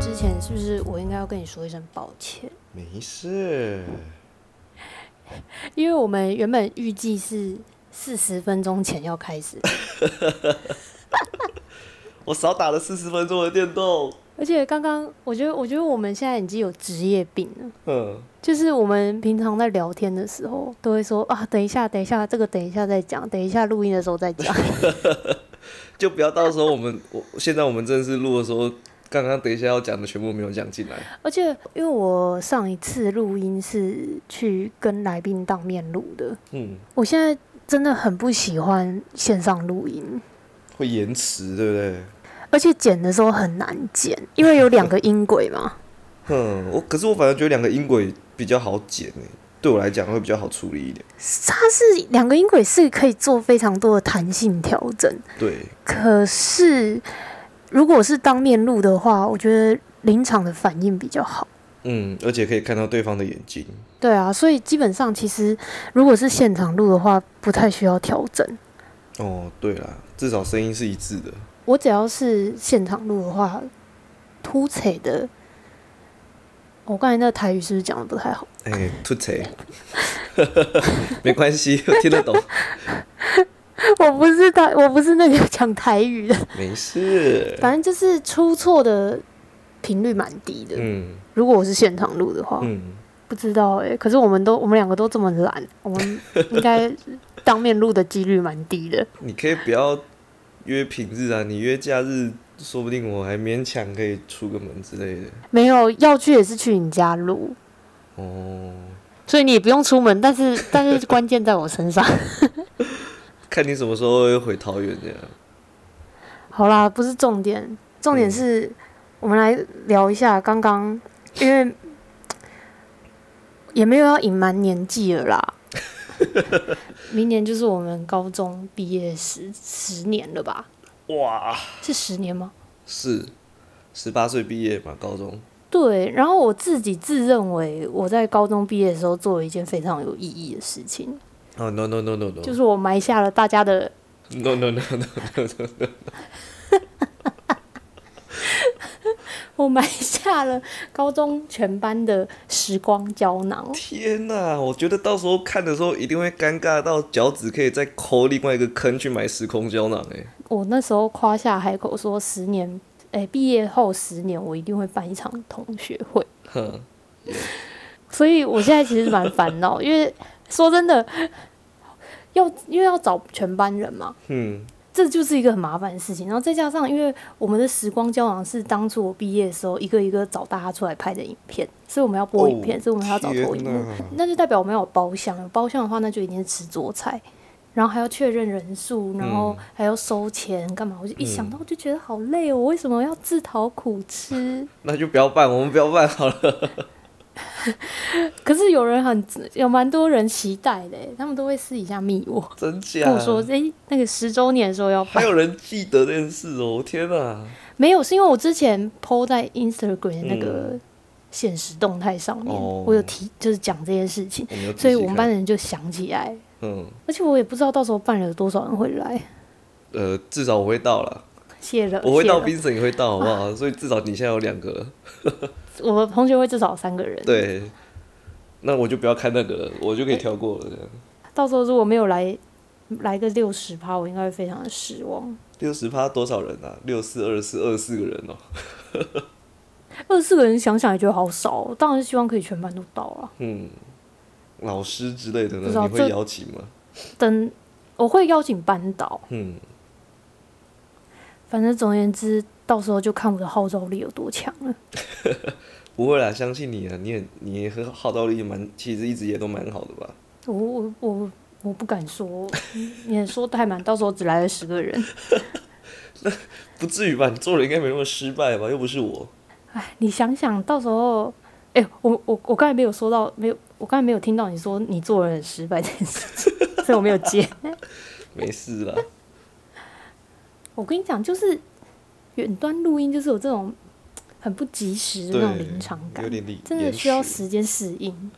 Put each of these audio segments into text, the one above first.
之前是不是我应该要跟你说一声抱歉？没事，因为我们原本预计是四十分钟前要开始， 我少打了四十分钟的电动。而且刚刚我觉得，我觉得我们现在已经有职业病了，嗯，就是我们平常在聊天的时候都会说啊，等一下，等一下，这个等一下再讲，等一下录音的时候再讲。 就不要到时候我们我现在我们正式录的时候，刚刚等一下要讲的全部没有讲进来。而且因为我上一次录音是去跟来宾当面录的，嗯，我现在真的很不喜欢线上录音。会延迟，对不对？而且剪的时候很难剪，因为有两个音轨嘛。哼，我可是我反正觉得两个音轨比较好剪诶，对我来讲会比较好处理一点。它是两个音轨是可以做非常多的弹性调整，对，可是如果是当面录的话，我觉得临场的反应比较好。嗯，而且可以看到对方的眼睛。对啊，所以基本上其实如果是现场录的话，不太需要调整。哦，对啦，至少声音是一致的。我只要是现场录的话，凸起的，我刚才那台语是不是讲的不太好？哎、吐槽， 没关系，我听得懂， 我不是台，我不是那个讲台语的， 没事。反正就是出错的频率蛮低的。嗯如果我是现场录的话，嗯。不知道哎、可是我们都我们两个都这么懒，我们应该当面录的几率蛮低的。 你可以不要约平日啊，你约假日，说不定我还勉强可以出个门之类的。没有要去也是去你家录，哦，所以你也不用出门，但是但是关键在我身上。看你什么时候会回桃园这样。 好啦，不是重点，重点是、我们来聊一下刚刚，因为也没有要隐瞒年纪了 啦。明年就是我们高中毕业十十年了吧？哇，是十年吗？是十八岁毕业嘛，高中。对，然后我自己自认为我在高中毕业的时候做了一件非常有意义的事情，哦、no no no no no 就是我埋下了大家的 no no no no no no no，我埋下了高中全班的时光胶囊。天哪、我觉得到时候看的时候一定会尴尬到脚趾可以再抠另外一个坑去买时空胶囊哎、我那时候夸下海口说，十年，哎，毕业后十年我一定会办一场同学会。哼，所以我现在其实蛮烦恼，因为说真的，要因为要找全班人嘛，嗯，这就是一个很麻烦的事情。然后再加上，因为我们的时光胶囊是当初我毕业的时候，一个一个找大家出来拍的影片，所以我们要播影片，哦所以我们还要找投影天幕哪，那就代表我们要有包厢。有包厢的话，那就一定是吃桌菜，然后还要确认人数，然后嗯还要收钱，干嘛？我就一想到就觉得好累哦，我为什么要自讨苦吃？那就不要办，我们不要办好了。可是有人很有蛮多人期待的，欸他们都会私底下密我，真假？跟我说，哎、那个十周年的时候要办 还。有人记得这件事哦！天哪，没有，是因为我之前 PO 在 Instagram 的那嗯个现实动态上面，哦我有提就是讲这件事情，我没有仔细所以我们看班的人就想起来，嗯，而且我也不知道到时候办了有多少人会来，呃，至少我会到了，谢了，我会到谢了冰城也会到，好不 好？啊所以至少你现在有两个了，我们同学会至少有三个人，，对。那我就不要看那个了，我就可以跳过了这样。到时候如果没有来来个六十趴，我应该会非常的失望。六十趴多少人啊？六四二四二四个人哦。二十四个人想想也觉得好少哦，当然是希望可以全班都到啊。嗯，老师之类的呢？不知道你这会邀请吗？等我会邀请班导，嗯，反正总而言之，到时候就看我的号召力有多强了。不会啦，相信你啊，你也你也很号召力蛮，其实一直也都蛮好的吧。我我我我不敢说，你说太满，到时候只来了十个人。不至于吧？你做人应该没那么失败吧？又不是我。哎，你想想到时候，哎、我我我刚才没有说到，没有，我刚才没有听到你说你做人很失败这件事情， 所以我没有接。没事啦，我跟你讲，就是远端录音就是有这种很不及时的对那种临场，感有，点理，真的延需要迟时间适应。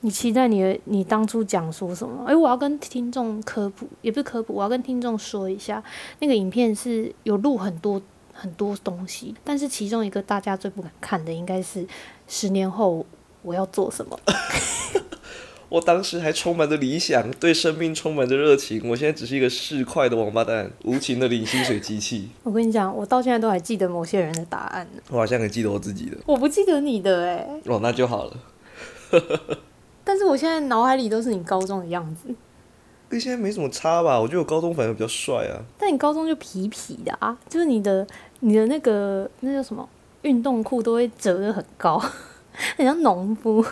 你期待你的你当初讲说什么？哎、我要跟听众科普，也不是科普，我要跟听众说一下，那个影片是有录很多很多东西，但是其中一个大家最不敢看的，应该是十年后我要做 什么。我当时还充满着理想，对生命充满着热情。我现在只是一个市侩的王八蛋，无情的领薪水机器。 我跟你讲，我到现在都还记得某些人的答案呢，我好像很记得我自己的我不记得你的哎、哦，那就好了。但是我现在脑海里都是你高中的样子。跟现在没什么差吧？我觉得我高中反而比较帅啊。但你高中就皮皮的啊，就是你的你的那个那叫什么运动裤都会折得很高， 很像农夫。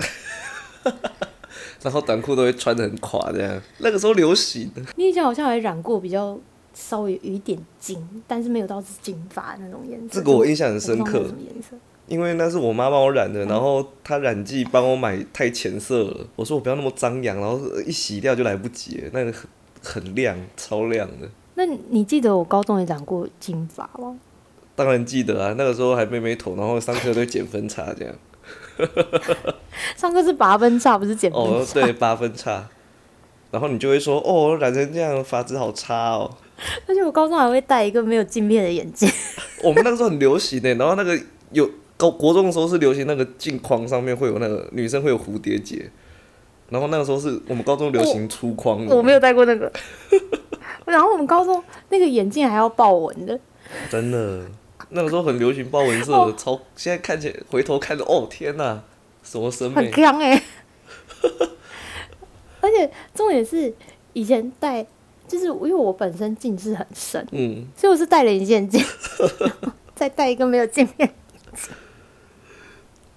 然后短裤都会穿的很垮，这样那个时候流行。你以前好像还染过比较稍微有一点金，但是没有到是金发那种颜色。这个我印象很深我刻不知道那是什么颜色？因为那是我妈帮我染嗯的，然后她染剂帮我买太浅色了，我说我不要那么张扬，然后一洗掉就来不及了，那个很很亮，超亮的。那你记得我高中也染过金发吗？当然记得啊，那个时候还妹妹头，然后上课都减分差这样。上课是拔分叉，不是减分哦，叉。对，八分差。然后你就会说，哦，染成这样发质好差哦。而且我高中还会戴一个没有镜片的眼镜，我们那个时候很流行的，然后那个有高国中的时候是流行那个镜框上面会有那个女生会有蝴蝶结，然后那个时候是我们高中流行粗框的，我没有戴过那个。 然后我们高中那个眼镜还要豹纹的，真的，那个时候很流行豹纹色的，超现在看起来回头看着，哦天哪，什么审很美？刚哎、 而且重点是以前戴，就是因为我本身近视很深，嗯，所以我是戴了隐形眼镜， 再戴一个没有镜片，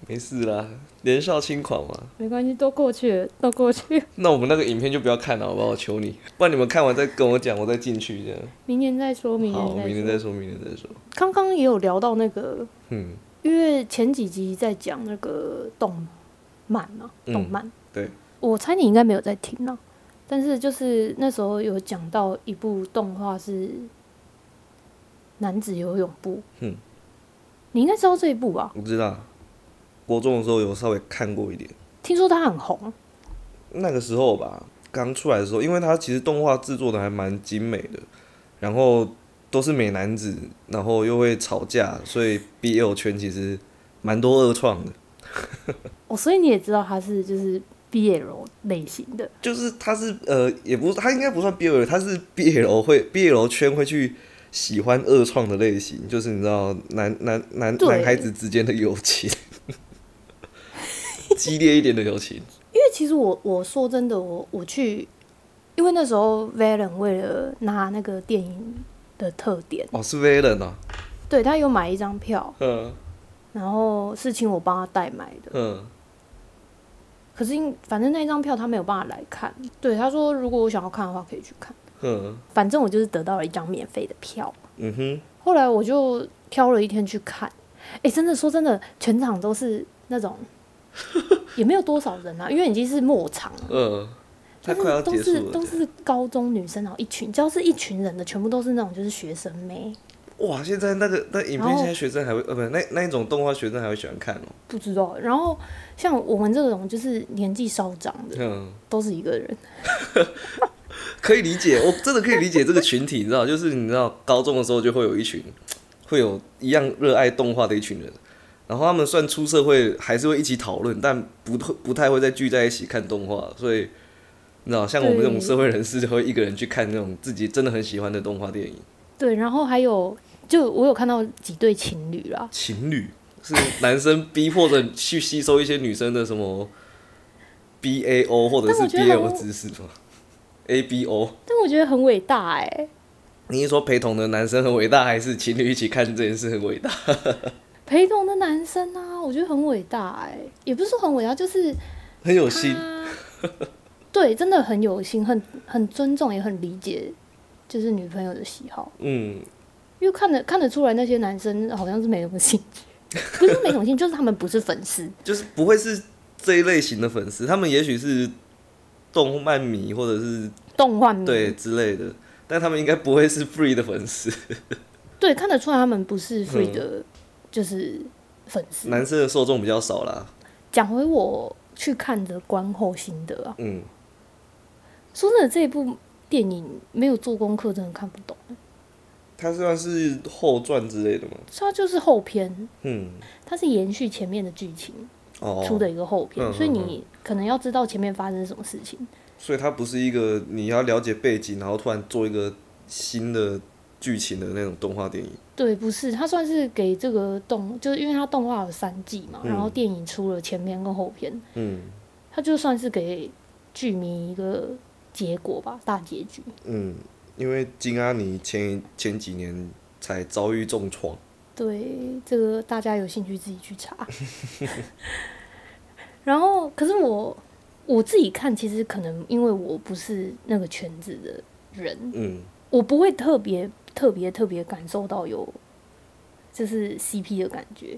没事啦，年少轻狂嘛。没关系，都过去了，都过去了，那我们那个影片就不要看了，好不好？我求你，不然你们看完再跟我讲，我再进去这样。明年再说，明好，明年天再再说。说，明天再说。刚刚也有聊到那个，嗯，因为前几集在讲那个动漫嘛，嗯动漫，对，我猜你应该没有在听啊。但是就是那时候有讲到一部动画是男子游泳部，嗯，你应该知道这一部吧？我知道。国中的时候有稍微看过一点。听说它很红，那个时候吧，刚出来的时候，因为它其实动画制作的还蛮精美的，然后都是美男子，然后又会吵架，所以 BL 圈其实蛮多恶创的。哦，所以你也知道它是就是 BL 类型的，就是它是呃，也不是它应该不算 BL，它是 BL 会 BL 圈会去喜欢恶创的类型，就是你知道男男男对男孩子之间的友情， 激烈一点的友情。因为其实我我说真的，我我去，因为那时候 Valen 为了拿那个电影的特点，哦，是 Valen 哦，对他有买一张票，嗯然后是请我帮他代买的。嗯，可是因反正那一张票他没有办法来看，对他说如果我想要看的话可以去看，嗯反正我就是得到了一张免费的票。嗯哼，后来我就挑了一天去看，哎，真的说真的，全场都是那 种，也没有多少人啊，因为已经是末场了。嗯，他但快要是都结是束了。都是高中女生，然后一群，只要是一群人的，全部都是那种就是学生妹，哇，现在那个那影然片后现在学生还会呃，不，那那一种动画学生还会喜欢看哦。不知道。然后像我们这种就是年纪稍长的，嗯，都是一个人。可以理解，我真的可以理解这个群体，你知道，就是你知道高中的时候就会有一群会有一样热爱动画的一群人，然后他们虽然出社会还是会一起讨论，但不会不太会再聚在一起看动画，所以你知道，像我们这种对社会人士就会一个人去看那种自己真的很喜欢的动画电影。对，然后还有就我有看到几对情侣啦，情侣是男生逼迫着去吸收一些女生的什么 B A O 或者但是我觉 B 得 L 很知识吗？A B O，但我觉得很伟大哎、你是说陪同的男生很伟大，还是情侣一起看这件事很伟大？陪同的男生啊，我觉得很伟大哎、也不是说很伟大，就是很有心，他 对，真的很有心，很很尊重，也很理解，就是女朋友的喜好。嗯，因为看得看得出来，那些男生好像是没什么兴趣， 不是没什么兴趣，就是他们不是粉丝。就是不会是这一类型的粉丝，他们也许是动漫迷或者嗯是动画迷对之类的，但他们应该不会是 Free 的粉丝。对看得出来，他们不是 free 的，就是粉丝。男生的受众比较少啦，讲回我去看的观后心得啊，嗯，说真的，这一部电影没有做功课，真的看不懂。它算是后传之类的嘛，它就是后篇，嗯，它是延续前面的剧情哦，出的一个后篇，嗯所以嗯你可能要知道前面发生什么事情。所以它不是一个你要了解背景，然后突然做一个新的剧情的那种动画电影，对，不是，它算是给这个动，就是因为它动画有三季嘛，嗯然后电影出了前篇跟后篇，嗯它就算是给剧迷一个结果吧，大结局。嗯，因为金阿尼前前几年才遭遇重创，对，这个大家有兴趣自己去查。 然后，可是我我自己看，其实可能因为我不是那个圈子的人，嗯我不会特别特别特别感受到有就是 CP 的感觉。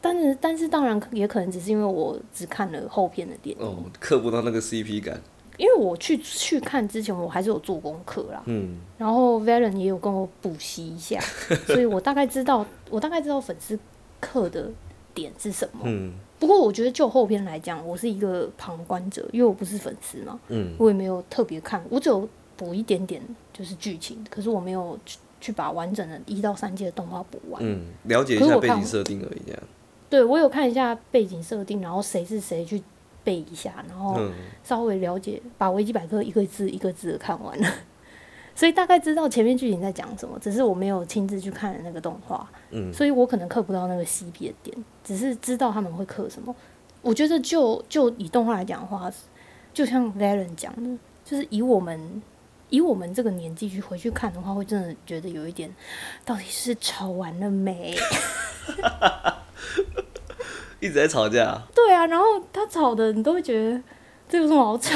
但是，但是当然也可能只是因为我只看了后片的电影，哦，刻不到那个 CP 感，因为我去去看之前，我还是有做功课啦。嗯然后 Valen 也有跟我补习一下，所以我大概知道，我大概知道粉丝课的点是什么。嗯不过我觉得就后篇来讲，我是一个旁观者，因为我不是粉丝嘛，嗯我也没有特别看，我只有补一点点就是剧情，可是我没有去去把完整的一到三季的动画补完。嗯，了解一可是下我背看景设定而已，这样，对我有看一下背景设定，然后谁是谁去背一下，然后嗯稍微了解，把维基百科一个字一个字的看完了， 所以大概知道前面剧情在讲什么。只是我没有亲自去看那个动画，嗯所以我可能刻不到那个 CP 的点，只是知道他们会刻什么。我觉得就就以动画来讲的话，就像 Valen 讲的，就是以我们以我们这个年纪去回去看的话，会真的觉得有一点，到底是吵完了没？ 一直在吵架，对啊，然后他吵的你都会觉得这有什么好吵？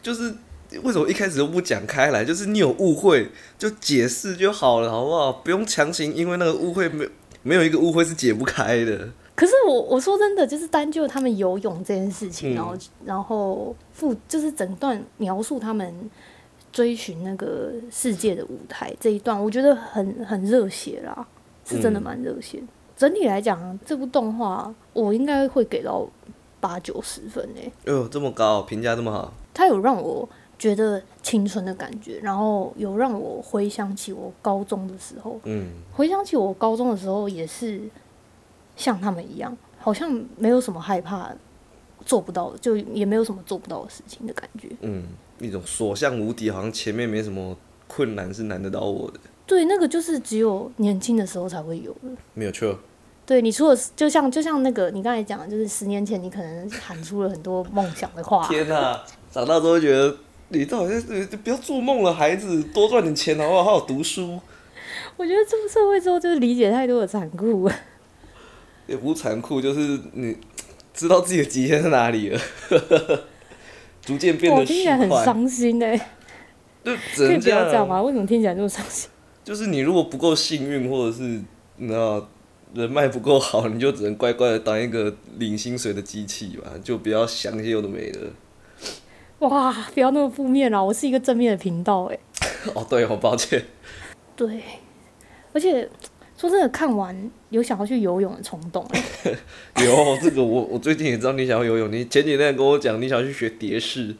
就是为什么一开始都不讲开来？就是你有误会就解释就好了，好不好？不用强行，因为那个误会没有没有一个误会是解不开的。可是我我说真的，就是单就他们游泳这件事情，嗯然后然后复就是整段描述他们追寻那个世界的舞台这一段，我觉得很很热血啦，是真的嗯蛮热血。整体来讲，这部动画我应该会给到八九十分诶、哎呦，这么高评价这么好，它有让我觉得青春的感觉，然后有让我回想起我高中的时候，嗯回想起我高中的时候，也是像他们一样，好像没有什么害怕做不到的，就也没有什么做不到的事情的感觉。嗯，一种所向无敌，好像前面没什么困难是难得到我的，对，那个就是只有年轻的时候才会有的。没有错。对你除了就像就像那个你刚才讲的，就是十年前你可能喊出了很多梦想的话，天哪、长大之后会觉得你到底是不要做梦了，孩子，多赚点钱好不好？好好读书，我觉得出社会之后就是理解太多的残酷了。 也不是残酷，就是你知道自己的极限在哪里了， 逐渐变我得听起来很市侩伤心哎、就只可以能不要这样样啊。吗？为什么听起来这么伤心？就是你如果不够幸运，或者是你知道人脉不够好，你就只能乖乖的当一个领薪水的机器吧，就不要想一些有的没的。哇，不要那么负面啦！啊我是一个正面的频道哎、哦，对哦，抱歉。对，而且说真的，看完有想要去游泳的冲动、欸。 有这个我，我最近也知道你想要游泳。你前几天跟我讲你想去学蝶式，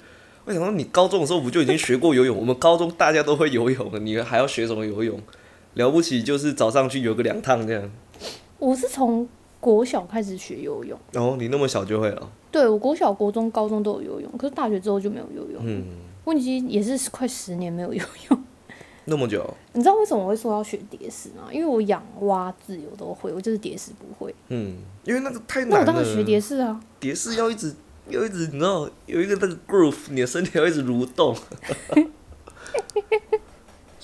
我想说你高中的时候不就已经学过游泳？我们高中大家都会游泳了，你还要学什么游泳？了不起就是早上去游个两趟这样。我是从国小开始学游泳，然、后哦你那么小就会了，对我国小、国中、高中都有游泳，可是大学之后就没有游泳。嗯，我已经也是快十年没有游泳。那么久， 你知道为什么我会说要学蝶式吗？因为我仰蛙、自由都会，我就是蝶式不会。嗯，因为那个太那我难了。当然学蝶式啊。蝶式要一直要一直，你知道有一个那个 groove，你的身体要一直蠕 动，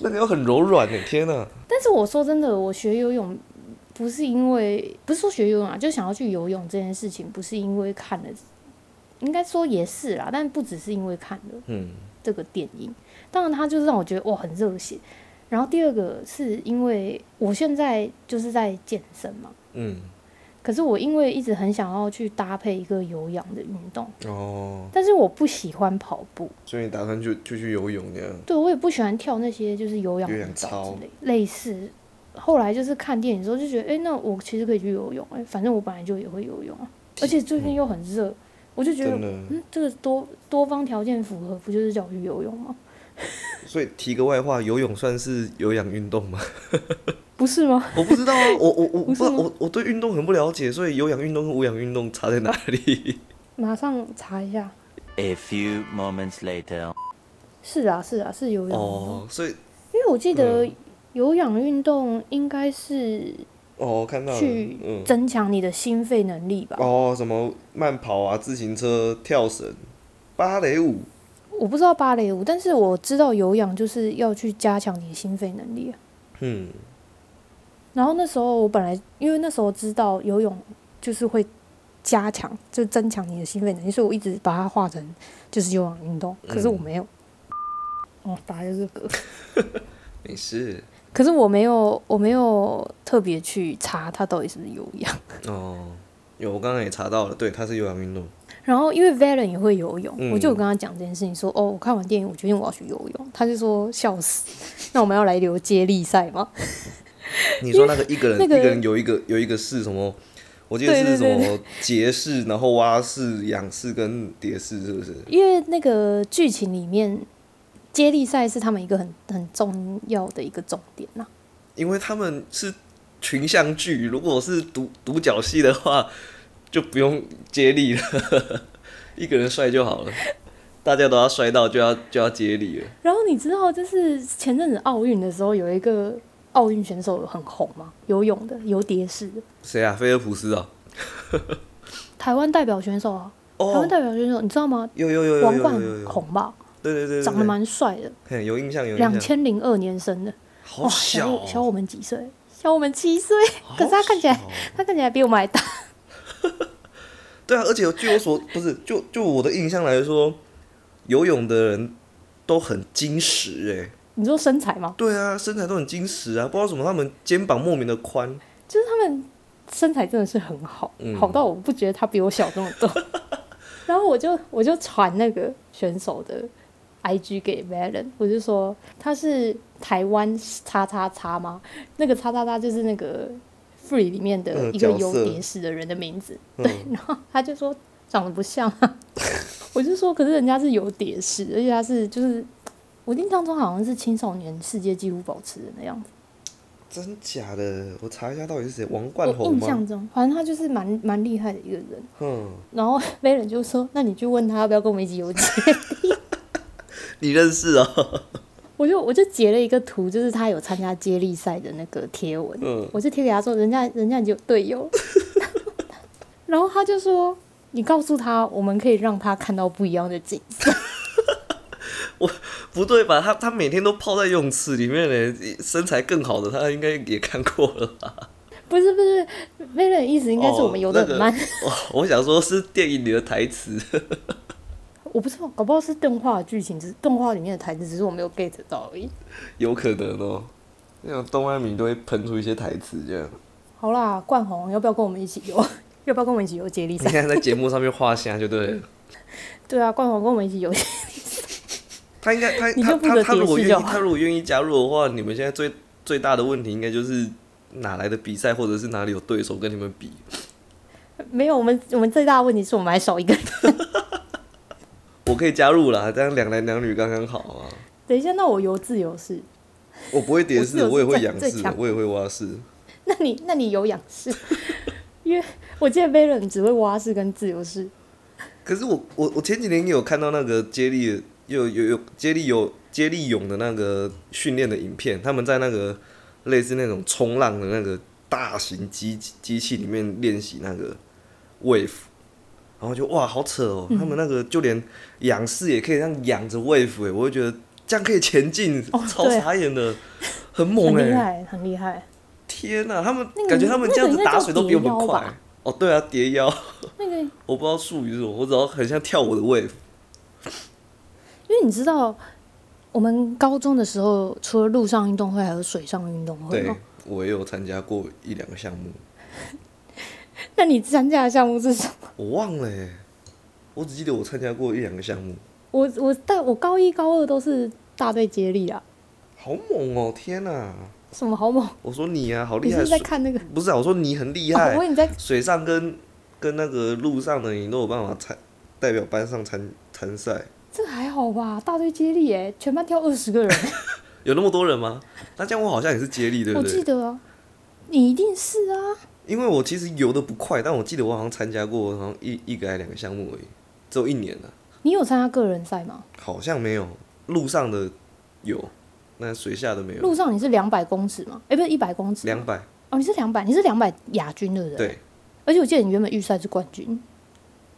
那个要很柔软的，天哪、但是我说真的，我学游泳不是因为不是说学游泳啊，就想要去游泳这件事情，不是因为看了，应该说也是啦，但不只是因为看了嗯这个电影，当然它就是让我觉得哇很热血。然后第二个是因为我现在就是在健身嘛，嗯，可是我因为一直很想要去搭配一个有氧的运动，哦，但是我不喜欢跑步，所以你打算就就去游泳这样？对，我也不喜欢跳那些就是有氧有舞氧蹈操之类类似。后来就是看电影的时候就觉得，哎、那我其实可以去游泳，哎、反正我本来就也会游泳啊，而且最近又很热，我就觉得，真的嗯，这个多多方条件符合，不就是叫我去游泳吗？所以提个外话，游泳算是有氧运动吗？不是吗？ 我不知道啊，我我我不不知是道，吗我我对运动很不了解，所以有氧运动跟无氧运动差在哪里？马上查一下。 A few moments later. 是啊，是啊，是有氧运动，哦，所以因为我记得嗯有氧运动应该是哦，我看到了，去嗯，增强你的心肺能力吧。哦，什么慢跑啊、自行车、跳绳、芭蕾舞，我不知道芭蕾舞，但是我知道有氧就是要去加强你的心肺能力啊、嗯，然后那时候我本来因为那时候知道游泳就是会加强，就增强你的心肺能力，所以我一直把它化成就是有氧运动。可是我没有，哦，打就是嗝。没事。可是我没有，我没有特别去查它到底是不是有氧。 哦，有，我刚刚也查到了，对，它是有氧运动。然后因为 Valen 也会游泳，嗯我就有跟他讲这件事情，说哦，我看完电影，我决定我要去游泳。他就说笑死， 那我们要来留接力赛吗？你说那个一个人、那个一个人有一个有一个是什么？我记得对对是什对么蝶式，然后蛙式、仰式跟蝶式，是不是？因为那个剧情里面接力赛是他们一个很很重要的一个重点啊呐、因为他们是群像剧，如果是独独角戏的话，就不用接力了， 一个人摔就好了。大家都要摔到，就要就要接力了。然后你知道，就是前阵子奥运的时候，有一个奥运选手很红嘛，游泳的，游蝶式的，谁啊？菲尔普斯啊？台湾代表选手啊，台哦湾，代表选手，你知道吗？有有有有有王有冠有很有，红吧，对对对对，长得蛮帅的，嘿有印象有印两象，千零二年生的，好小小哦我小我们几岁？小我们七岁，好可是他看起来 小哦他看起来比我们还大。对啊，而且据我所不是就就我的印象来说，游泳的人都很矜持哎、你说身材吗？对啊，身材都很矜持啊，不知道为什么他们肩膀莫名的宽，就是他们身材真的是很好，嗯好到我不觉得他比我小这么 多。然后我就我就传那个选手的 IG 给 Valen，我就说他是台湾叉叉叉吗？那个叉叉叉就是那个 Free 里面的嗯一个角有色蝶式的人的名字。嗯对，然后他就说长得不像、啊， 我就说可是人家是有蝶式，而且他是就是我印象中好像是青少年世界纪录保持人的样子。真假的？我查一下到底是谁，王冠我宏印吗象？中，反正他就是蛮蛮厉害的一个人。嗯，然后 v a 就说：“那你去问他要不要跟我们一起游街。 你认识哦？” 我就我就截了一个图，就是他有参加接力赛的那个贴文，嗯我就贴给他说：“人家人家已经有队友。” 然后他就说：“你告诉他，我们可以让他看到不一样的景色。不对吧？他他每天都泡在游泳池里面嘞，身材更好的他应该也看过了 吧？”不是不是 v a 的意思应该是我们游的很慢，哦那个哦我想说，是电影里的台词。 我不知道，搞不好是动画剧情，只是动画里面的台词，只是我没有 get 到而已。有可能哦。那种动漫迷都会喷出一些台词，这样。好啦，冠宏要不要跟我们一起游？ 要不要跟我们一起游接力 你赛？看在节目上面画虾就对了。对啊，冠宏跟我们一起游。 他应该他你就他负责他他如果解释愿意就好他如果愿意加入的话，你们现在最最大的问题应该就是哪来的比赛，或者是哪里有对手跟你们比。没有，我们我们最大的问题是我们还少一个人。 我可以加入啦，这样两男两女刚刚好啊。等一下，那我游自由式，我不会蝶式，我我是也有会最仰最式强，我也会蛙式。那你那你游仰式， 因为我记得 Valen 只会蛙式跟自由式，可是我我我前几年也有看到那个接力的有有有接力有接力泳的那个训练的影片，他们在那个类似那种冲浪的那个大型机机器里面练习那个 wave，然后就哇好扯哦，嗯他们那个就连仰视也可以这样仰着 wave，、欸、我就觉得这样可以前进，哦 超对傻眼的，很猛很哎、厉害，很厉害。天哪、他们那个感觉他们那这个样子应该打叫水都比我们叠腰快吧。哦，对啊，叠腰，那个，因我不知道术语是什么，我只要很像跳舞的 wave。为你知道，我们高中的时候除了陆上运动会，还有水上运动会对吗？，我也有参加过一两个项目，那你参加的项目是什么？我忘了欸，我只记得我参加过一两个项目， 我我但我高一高二都是大队接力啊，好猛哦、天哪、什么好猛！我说你啊，好你厉是害，不是在水看那个？不是啊，我说你很厉哦害， 我以为你在水上跟跟那个路上的你都有办法参代表班上参参赛，这个还好吧？大队接力哎，全班挑二十个人，有那么多人吗？那这样我好像也是接力，对 不我记对？得啊，你一定是啊，因为我其实游的不快，但我记得我好像参加过，好像一一个还两个项目而已，只有一年啊呢、你有参加个人赛吗？好像没有。路上的有，那水下的没有。路上你是两百公尺吗？哎、不是一百公尺吗，两百，哦，你是两百，你是两百亚军对不对？对，而且我记得你原本预赛是冠军，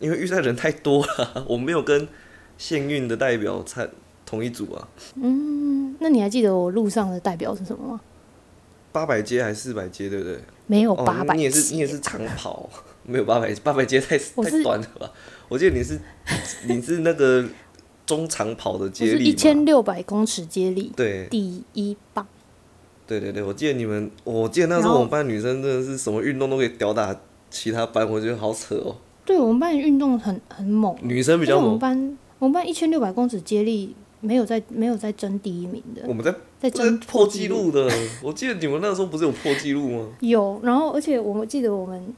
因为预赛人太多了， 我没有跟幸运的代表参同一组啊。嗯，那你还记得我路上的代表是什么吗？八百阶还是四百阶，对不对？没有哦，八百、你也是你也是长跑， 没有八百八百阶太我太是短了吧？我记得你是你是那个中长跑的我接是一力千嘛？六百公尺接力对第一棒，对对对，我记得你们，我记得那时然候后我们班女生真的是什么运动都可以吊打其他班，我觉得好扯哦。对我们班运动很很猛，女生比较因为我猛们，班我们班一千六百公尺接力没有在没有在争第一名的我，们在在在争破纪纪录的。我记得你们那时候不是有破纪录吗？有，然后而且我记得我们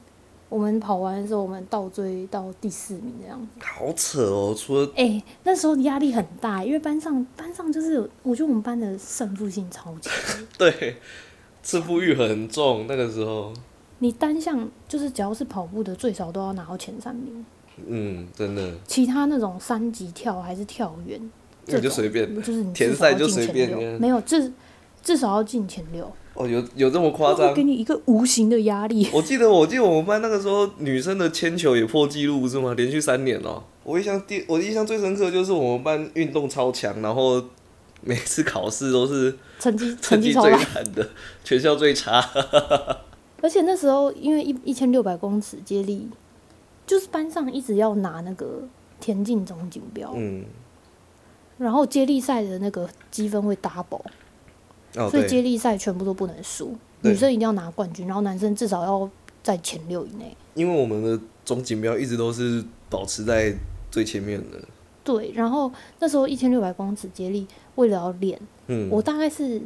我们跑完的时候，我们倒追到第四名这样子。好扯哦，除了哎、那时候压力很大，欸因为班上班上就是有，我觉得我们班的胜负性超强。对，胜负欲很重，那个时候， 你单项就是只要是跑步的，最少都要拿到前三名。嗯，真的，其他那种三级跳还是跳远，那这就种随便。就是你田至少赛要就进随前便啊六这样没有至至少要进前六，哦，有有这么夸他会张给？你一个无形的压力。我记得，我记得我们班那个时候女生的铅球也破纪录是吗？连续三年哦、我印象第我印象最深刻就是我们班运动超强，然后每次考试都是成绩成成绩绩超最烂，烂的，全校最差。而且那时候因为一一千六百公尺接力，就是班上一直要拿那个田径总锦标，嗯，然后接力赛的那个积分会 double，、哦所以接对，力赛全部都不能输，对女生一定要拿冠军，然后男生至少要在前六以内。因为我们的总锦标一直都是保持在最前面的。对，然后那时候一千六百公尺接力，为了要练，嗯，我大概是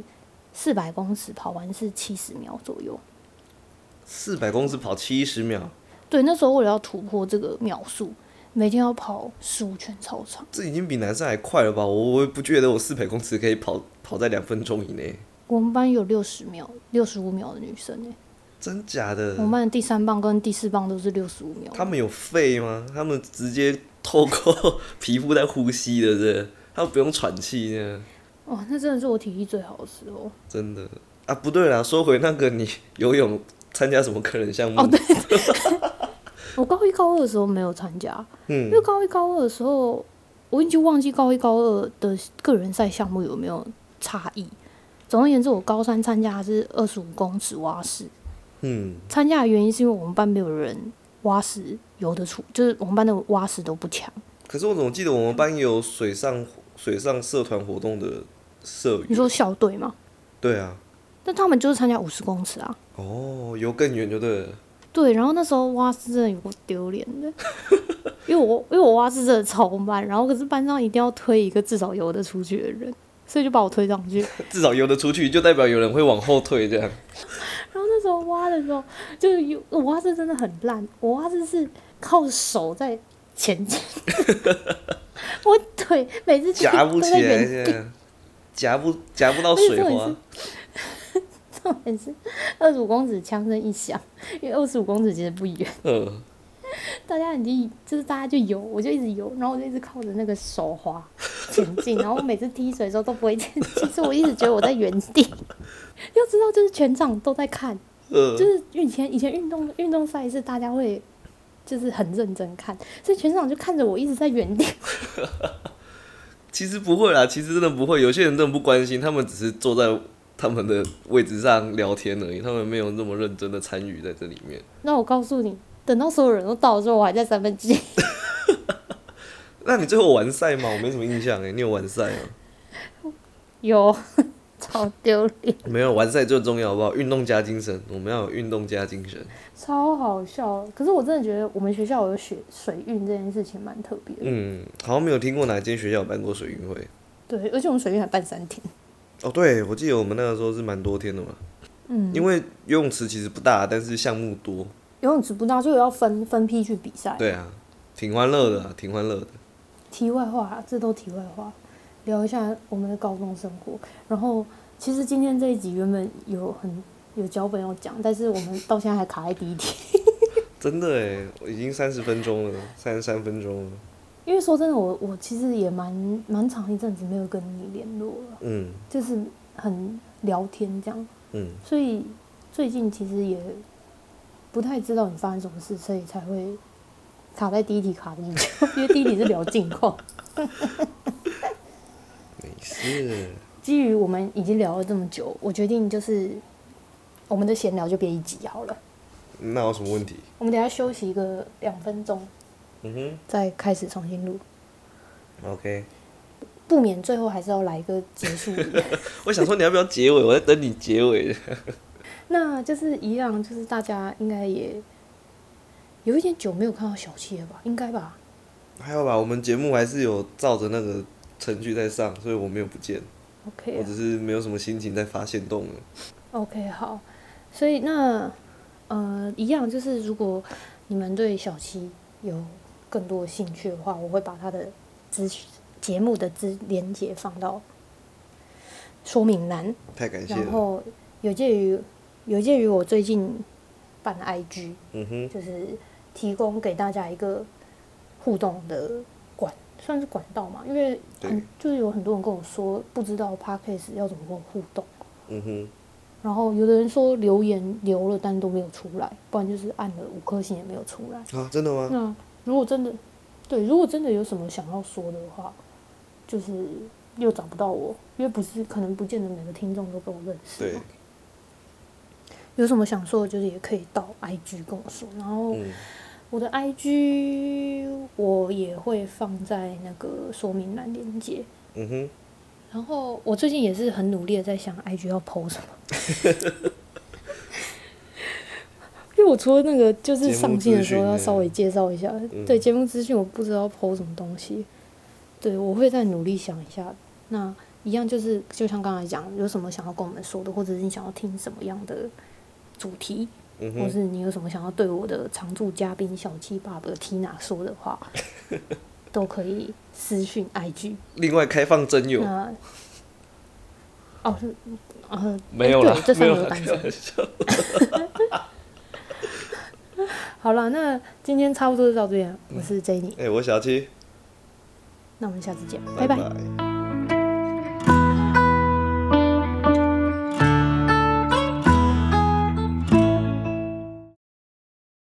四百公尺跑完是七十秒左右。四百公尺跑七十秒，对，那时候为了要突破这个秒数，每天要跑十五圈操场。这已经比男生还快了吧？我我也不觉得我四百公尺可以跑跑在两分钟以内，我们班有六十秒、六十五秒的女生诶、真假的？我们班的第三棒跟第四棒都是六十五秒。他们有肺吗？他们直接透过皮肤在呼吸的，是？他们不用喘气呢，哇，哦那真的是我体力最好的时候。真的啊！不对啦，说回那个你游泳参加什么个人项目？哦，对， 我高一高二的时候没有参加，因为嗯，高一高二的时候，我已经忘记高一高二的个人赛项目有没有差异。总而言之，我高三参加的是二十五公尺蛙式，嗯参加的原因是因为我们班没有人蛙式游得出，就是我们班的蛙式都不强。可是我怎么记得我们班有水上水上社团活动的社你员？说校队吗？对啊，但他们就是参加五十公尺啊。哦，游更远就对了。对，然后那时候蛙式真的有够丢脸的，因为我因为我蛙式真的超慢，然后可是班上一定要推一个至少游得出去的人，所以就把我推上去。至少游得出去，就代表有人会往后退这样。然后那时候蛙的时候，就是有我蛙式真的很烂，我蛙式是靠手在前进， 我腿每次就是夹不 都起在来，原现地。在夹不夹不到而且水重点花是。重点是二十五公尺枪声一响，因为二十五公尺其实不远。嗯，大家已经就是大家就游，我就一直游，然后我就一直靠着那个手滑前进，然后我每次踢水的时候都不会前进，所以我一直觉得我在原地。 要知道，就是全场都在看，呃就，是以前以前运动运动赛事，大家会就是很认真看，所以全场就看着我一直在原地。 其实不会啦，其实真的不会。有些人真的不关心，他们只是坐在他们的位置上聊天而已，他们没有那么认真的参与在这里面。那我告诉你，等到所有人都到的时候，我还在三分之一。 那你最后完赛吗？我没什么印象哎，你有完赛 吗？有， 超丢脸，没有，完赛最重要好不好？运动加精神，我们要有运动加精神。超好笑。可是我真的觉得我们学校有水水运这件事情蛮特别的，嗯，好像没有听过哪间学校有办过水运会。对，而且我们水运还办三天。哦，对，我记得我们那个时候是蛮多天的嘛，嗯，因为游泳池其实不大，但是项目多。游泳池不大，就有要分分批去比赛。对啊，挺欢乐的啊、挺欢乐的。题外话啦，这都题外话，聊一下我们的高中生活。然后，其实今天这一集原本有很有脚本要讲，但是我们到现在还卡在第一题。 真的哎，我已经三十分钟了，三十三分钟了。因为说真的，我我其实也蛮蛮长一阵子没有跟你联络了，嗯就是很聊天这样，嗯，所以最近其实也不太知道你发生什么事，所以才会卡在第一题卡这么久，因为第一题是聊近况。没事。基于我们已经聊了这么久，我决定就是我们的闲聊就别一集好了，那有什么问题？我们等一下休息一个两分钟，嗯再开始重新录，哼，OK。不免最后还是要来一个结束语。我想说你要不要结尾？我在等你结尾。 那就是一样，就是大家应该也有一点久没有看到小七了吧？应该吧？还有吧，我们节目还是有照着那个程序在上，所以我没有不见， OK 我啊只是没有什么心情在发现动了。 OK，好，所以那呃，一样就是如果你们对小七有更多的兴趣的话，我会把他的资讯节目的资连接放到说明栏，太感谢然了。后有鉴于有鉴于我最近办的 IG，嗯哼，就是提供给大家一个互动的管，算是管道嘛，因为很对就是有很多人跟我说不知道 podcast 要怎么跟我互动，嗯哼，然后有的人说留言留了但都没有出来，不然就是按了五颗星也没有出来。啊，真的吗？那如果真的对，如果真的有什么想要说的话，就是又找不到我，因为不是可能不见得每个听众都跟我认识对嘛。，有什么想说的，就是也可以到 IG 跟我说，然后。嗯，我的 IG 我也会放在那个说明栏连接。嗯哼，然后我最近也是很努力的在想 IG 要 PO 什么， 因为我除了那个就是上线的时候节要目资讯稍微介绍一下，嗯对节目资讯我不知道 PO 什么东西，对我会再努力想一下。那一样就是就像刚才讲，有什么想要跟我们说的，或者是你想要听什么样的主题，嗯或哼，是你有什么想要对我的常驻嘉宾小七爸爸 Tina 说的话，都可以私讯 IG。另外开放真友，那哦是呃没有啦对这，没三有个都啦，单开身。玩笑。好了，那今嗯天差不多就到这边，我是 Jenny，、哎，我小七，嗯那我们下次见，拜拜。